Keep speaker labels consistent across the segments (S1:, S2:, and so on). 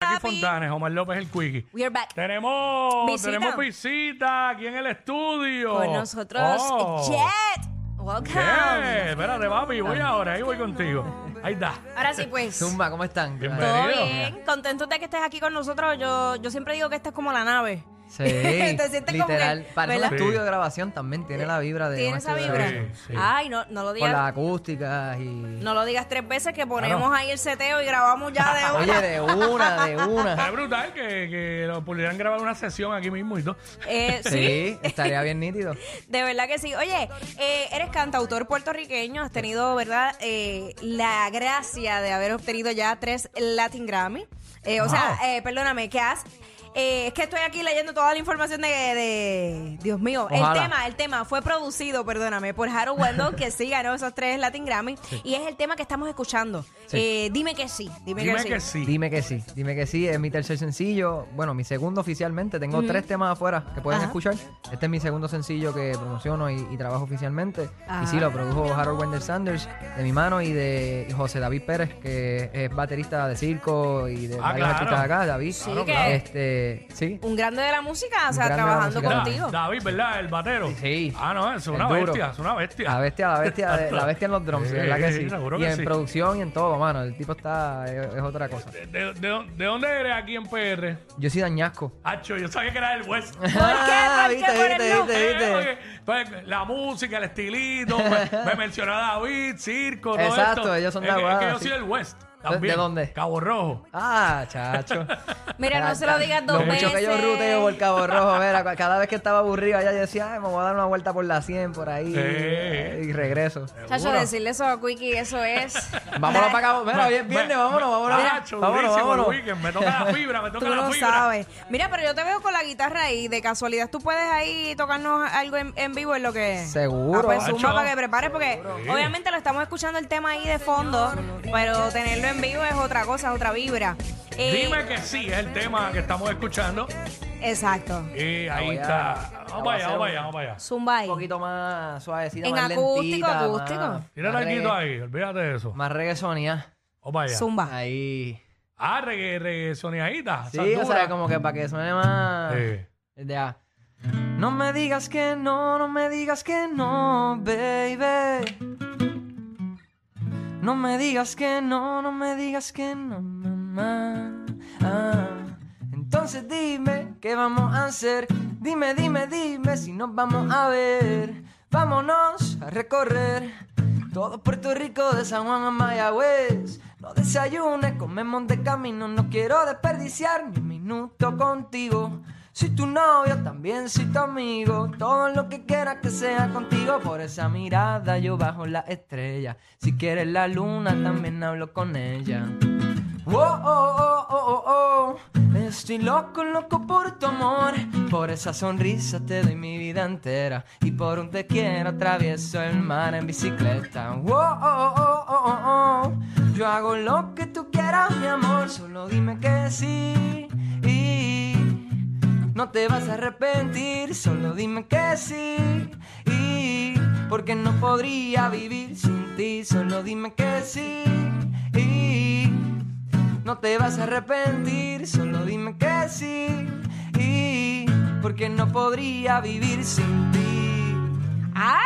S1: Papi.
S2: Fontanes, Omar López el Quickie.
S1: We are back.
S2: Tenemos
S1: Visita.
S2: tenemos visita aquí en el estudio.
S1: Con nosotros,
S2: Oh.
S1: Jet. Welcome.
S2: Yeah, Espérate, papi, voy ahora, ahí voy contigo. Ahí está.
S1: Ahora sí, pues.
S3: Zumba, ¿cómo están?
S2: Bienvenido.
S1: Todo bien. Contentos de que estés aquí con nosotros. Yo, yo siempre digo que esta es como la nave.
S3: Sí,
S1: Te sientes como
S3: literal.
S1: que-
S3: Parece
S1: ¿verdad?
S3: un estudio de grabación también, tiene la vibra de.
S1: Tiene
S3: un
S1: esa
S3: estudio de
S1: vibra.
S3: grabación.
S2: Sí, sí.
S1: Ay, no, no lo
S3: Con las
S1: digas.
S3: acústicas y.
S1: No lo digas tres veces que ponemos
S2: Claro.
S1: ahí el seteo y grabamos ya de una.
S3: Oye, de una, de
S2: Está
S3: una.
S2: brutal que, que lo pudieran grabar una sesión aquí mismo y todo.
S1: Eh, sí,
S3: Sí, estaría bien nítido.
S1: de verdad que sí. Oye, eh, eres cantautor puertorriqueño, has tenido, ¿verdad? Eh, la gracia de haber obtenido ya tres Latin Grammy. Eh, O sea, eh, perdóname, que has... eh, es que estoy aquí leyendo toda la información de... de- Dios mío, el
S3: Ojalá.
S1: tema, el tema fue producido, perdóname, por Harold Wendell, que sí ganó esos tres Latin Grammy. Y es el tema que estamos escuchando.
S3: Sí.
S1: Eh, dime que sí, dime,
S2: Dime
S1: que,
S2: que
S1: sí.
S2: sí.
S3: Dime que sí, dime que sí. Es mi tercer sencillo. Bueno, mi segundo oficialmente. Tengo tres temas afuera que pueden
S1: Ajá.
S3: escuchar. Este es mi segundo sencillo que promociono y, y trabajo oficialmente.
S1: Ajá.
S3: Y sí, lo produjo Harold Wendell Sanders de mi mano y de José David Pérez, que es baterista de circo y de
S2: Ah,
S3: varios
S2: claro. Ah,
S3: artistas acá, David.
S1: Claro, que- claro.
S3: Este, sí.
S1: Un grande de la música, o
S3: Un
S1: sea,
S3: grande de la
S1: trabajando
S3: música.
S2: Mira,
S1: contigo.
S2: David, ¿verdad? El batero.
S3: Sí.
S2: Ah, no, es una
S3: El duro.
S2: bestia, es una bestia.
S3: La bestia, la bestia, de- la bestia en los drums,
S2: Sí,
S3: ¿verdad que sí?
S2: seguro
S3: Y
S2: que
S3: en
S2: sí.
S3: producción y en todo, mano. El tipo está, es, es otra cosa.
S2: ¿De, de, de- de dónde eres aquí en PR?
S3: Yo soy dañasco.
S2: Hacho, yo sabía que era del West.
S1: ¿Por qué? ¿Por qué?
S3: Ah, viste,
S1: Por el
S3: viste,
S1: no.
S3: viste, viste.
S2: Eh, porque, pues, la música, el estilito, pues, me, me mencionaba David, circo, todo
S3: Exacto,
S2: esto.
S3: ellos son
S2: Es
S3: de
S2: que- Es
S3: Aguada,
S2: que yo
S3: sí.
S2: soy del West.
S3: ¿De-
S2: también.
S3: de dónde?
S2: Cabo Rojo.
S3: Ah, chacho.
S1: Mira, no se lo digas dos
S3: Lo mucho que yo
S1: veces.
S3: ruteo por Cabo Rojo, mira, cu- cada vez que estaba aburrido allá yo decía, ay, me voy a dar una vuelta por la 100 por ahí
S2: Sí.
S3: eh, y regreso.
S1: Chacho,
S2: Seguro.
S1: decirle eso a Quickie, eso es.
S3: Vámonos para Cabo, mira, hoy es
S2: Me-
S3: viernes,
S2: me-
S3: vámonos, vámonos.
S2: Nacho,
S3: vámonos,
S2: durísimo pues, ah, el
S3: vámonos.
S2: weekend. Me toca la fibra, me toca
S1: Tú
S2: la
S1: lo
S2: fibra.
S1: sabes. Mira, pero yo te veo con la guitarra ahí. De casualidad, tú puedes ahí tocarnos algo en, en vivo en lo que.
S3: Seguro.
S1: Ah, pues
S2: Nacho.
S1: zumba para que prepares, porque obviamente lo estamos escuchando el tema ahí de fondo, pero tenerlo en vivo es otra cosa, es otra vibra. Eh,
S2: Dime que sí, es el tema que estamos escuchando.
S1: Exacto.
S2: Y
S3: La
S2: ahí
S3: voy a-
S2: está.
S3: la
S2: Vamos para
S3: voy a
S2: allá,
S3: hacer
S2: vamos para
S3: un-
S2: allá, vamos para allá.
S1: Zumba ahí.
S3: Un poquito más suavecita,
S1: En
S3: más
S1: acústico,
S3: lentita,
S1: acústico.
S3: más-
S2: Tira el
S3: más
S2: arquito
S3: reggae-
S2: ahí, olvídate de eso.
S3: Más reggaetonía.
S2: Vamos para allá.
S1: Zumba.
S3: Ahí.
S2: Ah, reggae, reggae, sonidadita.
S3: Sí, o
S2: sandura.
S3: sea, como que para que suene más.
S2: Sí.
S3: De ah, No me digas que no, no me digas que no, baby. No me digas que no, no me digas que no, mamá. Ah, entonces dime qué vamos a hacer. Dime, dime, dime si nos vamos a ver. Vámonos a recorrer todo Puerto Rico de San Juan a Mayagüez. No desayunes, comemos de camino. No quiero desperdiciar ni un minuto contigo. Soy tu novio, también soy tu amigo. Todo lo que quieras que sea contigo. Por esa mirada yo bajo la estrella. Si quieres la luna, también hablo con ella. Oh, oh, oh, oh, oh, oh. Estoy loco, loco por tu amor. Por esa sonrisa te doy mi vida entera. Y por un te quiero atravieso el mar en bicicleta. Oh, oh, oh, oh, oh, oh. Yo hago lo que tú quieras, mi amor. Solo dime que sí. Y no te vas a arrepentir. Solo dime que sí. Y porque no podría vivir sin ti. Solo dime que sí. Y no te vas a arrepentir, solo dime que sí. Y porque no podría vivir sin ti.
S1: ¡Ay!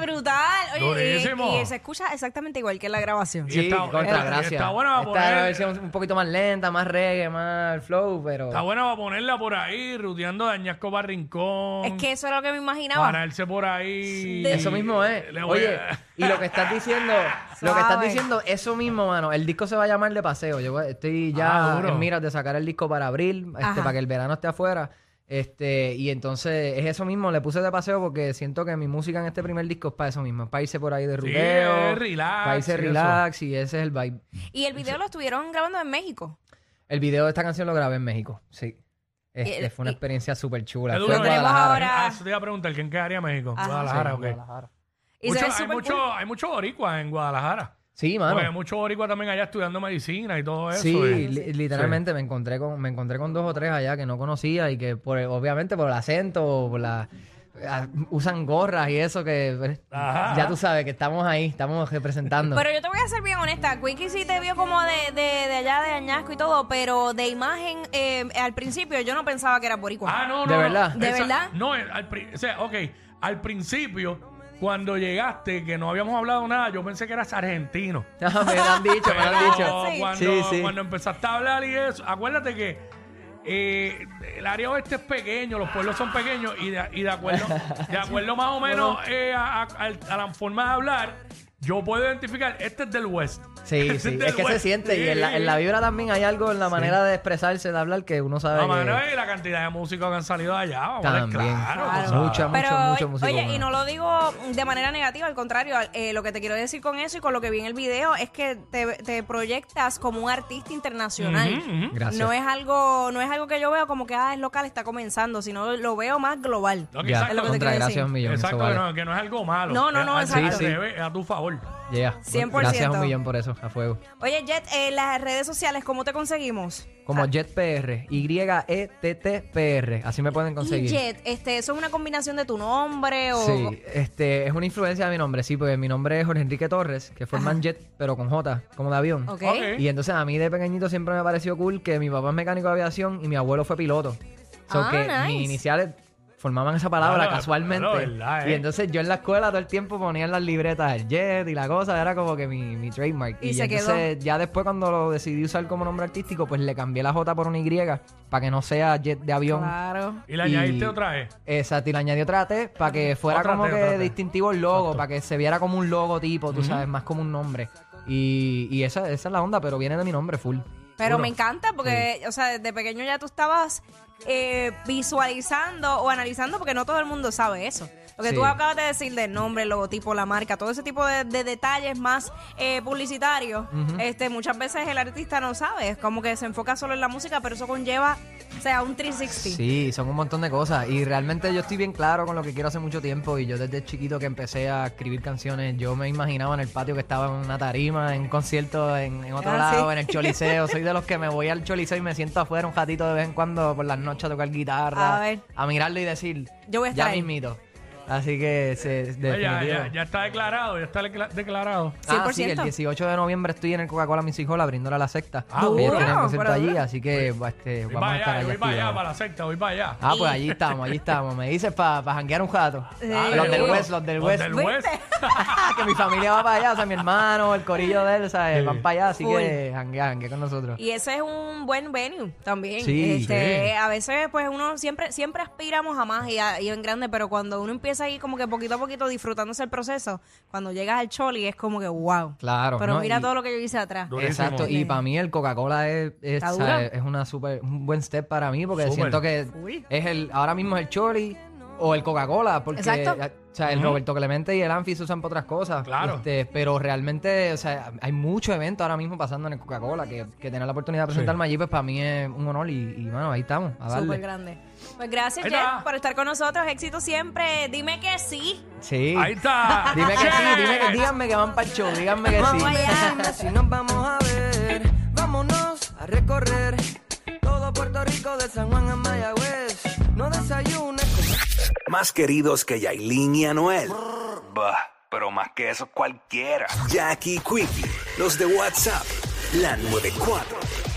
S1: Brutal. Oye, y-
S2: Durísimo.
S1: y, se escucha exactamente igual que en la grabación.
S2: Sí, está- está- está bueno para
S3: Esta
S2: poner-
S3: era la versión un poquito más lenta, más reggae, más flow, pero.
S2: Está bueno para ponerla por ahí, ruteando de Añasco para Rincón.
S1: Es que eso era lo que me imaginaba.
S2: Pararse por ahí.
S3: Eso mismo es.
S2: eh. Le voy
S3: Oye,
S2: a-
S3: y lo que estás diciendo, lo que estás
S1: Suave.
S3: diciendo, eso mismo, mano. El disco se va a llamar de paseo. Yo voy- estoy
S2: Ah,
S3: ya
S2: duro.
S3: en miras de sacar el disco para abril, este,
S1: Ajá.
S3: para que el verano esté afuera. Este, y entonces es eso mismo, le puse de paseo porque siento que mi música en este primer disco es para eso mismo, es para irse por ahí de ruteo,
S2: es relax
S3: para irse
S2: y eso.
S3: relax y ese es el vibe.
S1: Y el video lo estuvieron grabando en México.
S3: El video de esta canción lo grabé en México, sí. Este,
S1: el-
S3: fue una
S1: y-
S3: experiencia súper chula.
S2: Qué
S3: Fue
S2: duro
S3: en
S2: es.
S3: Guadalajara.
S1: ahora-
S2: Ah, eso te iba a preguntar, ¿quién quedaría México?
S1: Ajá.
S2: Guadalajara, ok.
S1: Y
S2: Mucho-
S1: se
S2: hay,
S1: ve súper
S2: mucho,
S1: cool.
S2: hay mucho boricua en Guadalajara.
S3: Sí, mano.
S2: Porque hay mucho boricua también allá estudiando medicina y todo eso.
S3: Sí,
S2: eh.
S3: li- literalmente me encontré con me encontré con dos o tres allá que no conocía y que por el- obviamente por el acento, por la ah, usan gorras y eso que pues,
S2: Ajá.
S3: ya tú sabes que estamos ahí, estamos representando.
S1: Pero yo te voy a ser bien honesta. Quickie sí te vio como de, de, de allá de Añasco y todo, pero de imagen, eh, al principio yo no pensaba que era boricua.
S2: Ah, no, no.
S3: ¿De
S2: no.
S3: verdad?
S1: ¿De verdad?
S2: No, el- al, pri- o sea, ok, al principio, cuando llegaste, que no habíamos hablado nada, yo pensé que eras argentino.
S3: Ah, me lo han dicho, me lo han dicho.
S1: Sí.
S2: Cuando,
S3: Sí, sí.
S2: cuando empezaste a hablar y eso, acuérdate que eh, el área oeste es pequeño, los pueblos son pequeños y de, y de acuerdo, de acuerdo más o menos eh, a, a- al- a la forma de hablar, yo puedo identificar, este es del oeste.
S3: Sí, sí, es que se siente y en la, en la vibra también hay algo en la manera de expresarse, de hablar que uno sabe
S2: La
S3: que-
S2: manera y la cantidad de músicos que han salido de allá, vamos a ver,
S3: También.
S2: claro.
S3: Claro.
S2: tú sabes.
S3: Mucha-
S1: Pero,
S3: mucho músico
S1: oye,
S3: bueno.
S1: y no lo digo de manera negativa, al contrario, al- eh, lo que te quiero decir con eso y con lo que vi en el video es que te, te proyectas como un artista internacional.
S3: Gracias.
S1: No es algo, no es algo que yo veo como que ah, es local, está comenzando, sino lo veo más global.
S2: No, que
S3: Ya,
S2: exacto,
S1: Es lo que te
S3: contra
S1: quiero
S3: gracias
S1: decir.
S3: un millón, eso
S2: Exacto,
S3: vale.
S2: que, no, que no es algo malo. Eh,
S1: No, no, no,
S2: Al-
S1: exacto.
S2: al
S3: Sí, sí.
S2: revés, es a tu favor.
S3: Yeah.
S1: 100%.
S3: Gracias un millón por eso, a fuego.
S1: Oye, Jet, eh, las redes sociales, ¿cómo te conseguimos?
S3: Como JetPR, E Y-E-T-T-P-R, así me pueden
S1: Y
S3: conseguir.
S1: Jet, este, ¿eso es una combinación de tu nombre o...?
S3: Sí, este, es una influencia de mi nombre, sí, porque mi nombre es Jorge Enrique Torres, que forman Jet, pero con J, como de avión.
S1: Ok.
S2: Ok.
S3: Y entonces a mí de pequeñito siempre me pareció cool que mi papá es mecánico de avión y mi abuelo fue piloto. So
S1: Ah,
S3: que
S1: nice.
S3: mis iniciales formaban esa palabra
S2: Claro,
S3: casualmente.
S2: claro, verdad,
S3: Y
S2: eh.
S3: entonces yo en la escuela todo el tiempo ponía en las libretas el jet y la cosa, era como que mi, mi trademark.
S1: Y se
S3: entonces ya después cuando lo decidí usar como nombre artístico, pues le cambié la J por una Y para que no sea jet de avión.
S1: Claro.
S2: Y le añadiste
S3: Y-
S2: otra vez.
S3: Exacto, y le añadí otra T para que fuera
S2: Otra
S3: como
S2: T,
S3: que
S2: otra T.
S3: distintivo el logo, para que se viera como un logotipo, tú sabes, más como un nombre. Y, y esa, esa es la onda, pero viene de mi nombre full.
S1: Pero me encanta porque, o sea, desde pequeño ya tú estabas eh, visualizando o analizando porque no todo el mundo sabe eso. Lo que
S3: Sí.
S1: tú acabas de decir del nombre, el logotipo, la marca, todo ese tipo de, de detalles más eh, publicitarios, este, muchas veces el artista no sabe, es como que se enfoca solo en la música, pero eso conlleva, o sea, un 360.
S3: Sí, son un montón de cosas. Y realmente yo estoy bien claro con lo que quiero hace mucho tiempo. Y yo desde chiquito que empecé a escribir canciones, yo me imaginaba en el patio que estaba en una tarima, en un concierto, en, en otro
S1: Ah,
S3: lado,
S1: sí.
S3: en el choliseo. Soy de los que me voy al choliseo y me siento afuera un ratito de vez en cuando por las noches a tocar guitarra,
S1: A ver.
S3: mirarlo y decir,
S1: Yo voy a estar
S3: ya
S1: ahí".
S3: mismito. Así que se
S2: Ya, ya,
S3: definitivo.
S2: ya está declarado, ya está decla- declarado.
S3: Ah, sí, el
S1: 100%.
S3: 18 de noviembre estoy en el Coca-Cola Music Hall abriéndole a la secta.
S2: Ah,
S3: Ellos
S2: duro, Pues,
S3: tienen concierto
S1: pero
S3: allí,
S1: duro.
S3: así que va, este,
S2: Voy
S3: vamos a
S2: para
S3: estar
S2: allá, yo voy
S3: allá.
S2: para allá,
S3: activados.
S2: para la secta, voy para allá.
S3: Ah, pues allí estamos, allí estamos. Me dices para pa janguear un jato. Ah, los del
S1: seguro.
S3: West, los del West.
S2: Los del West.
S3: que mi familia va para allá, o sea, mi hermano, el corillo de él, o sea,
S2: Sí.
S3: van para allá, así
S1: Full.
S3: que janguea, janguea con nosotros.
S1: Y ese es un buen venue también.
S3: Sí,
S1: Este,
S3: sí.
S1: A veces, pues uno siempre siempre aspiramos a más y, a- y en grande, pero cuando uno empieza ahí como que poquito a poquito disfrutándose el proceso, cuando llegas al Choli es como que wow.
S3: Claro,
S1: Pero
S3: ¿no?
S1: mira
S3: Y-
S1: todo lo que yo hice atrás.
S2: Durísimo.
S3: Exacto, y para mí el Coca-Cola es, es,
S1: Está
S3: o sea,
S1: dura.
S3: es una super, un buen step para mí porque
S2: Súper.
S3: siento que
S1: Full.
S3: es el ahora mismo es el Chori o el Coca-Cola porque
S1: Exacto.
S3: eh, o sea, el Roberto Clemente y el Anfi se usan para otras cosas.
S2: Claro.
S3: Este, pero realmente, o sea, hay mucho evento ahora mismo pasando en el Coca-Cola que, que tener la oportunidad de presentarme allí pues para mí es un honor y, y bueno, ahí estamos, a
S1: Súper
S3: darle.
S1: grande. Pues gracias,
S2: Ahí
S1: Jeff,
S2: está.
S1: por estar con nosotros. Éxito siempre. Dime que sí.
S3: Sí.
S2: Ahí está.
S3: Dime que sí,
S2: Yes.
S3: dime que, díganme que van para el show, díganme que sí.
S1: Vamos allá.
S4: Dime si nos vamos a ver, vámonos a recorrer todo Puerto Rico de San Juan a Mayagüez. No desayunes con
S5: Más queridos que Yailin y Anuel. Bah, pero más que eso cualquiera. Jackie Quickie, los de WhatsApp, la 94.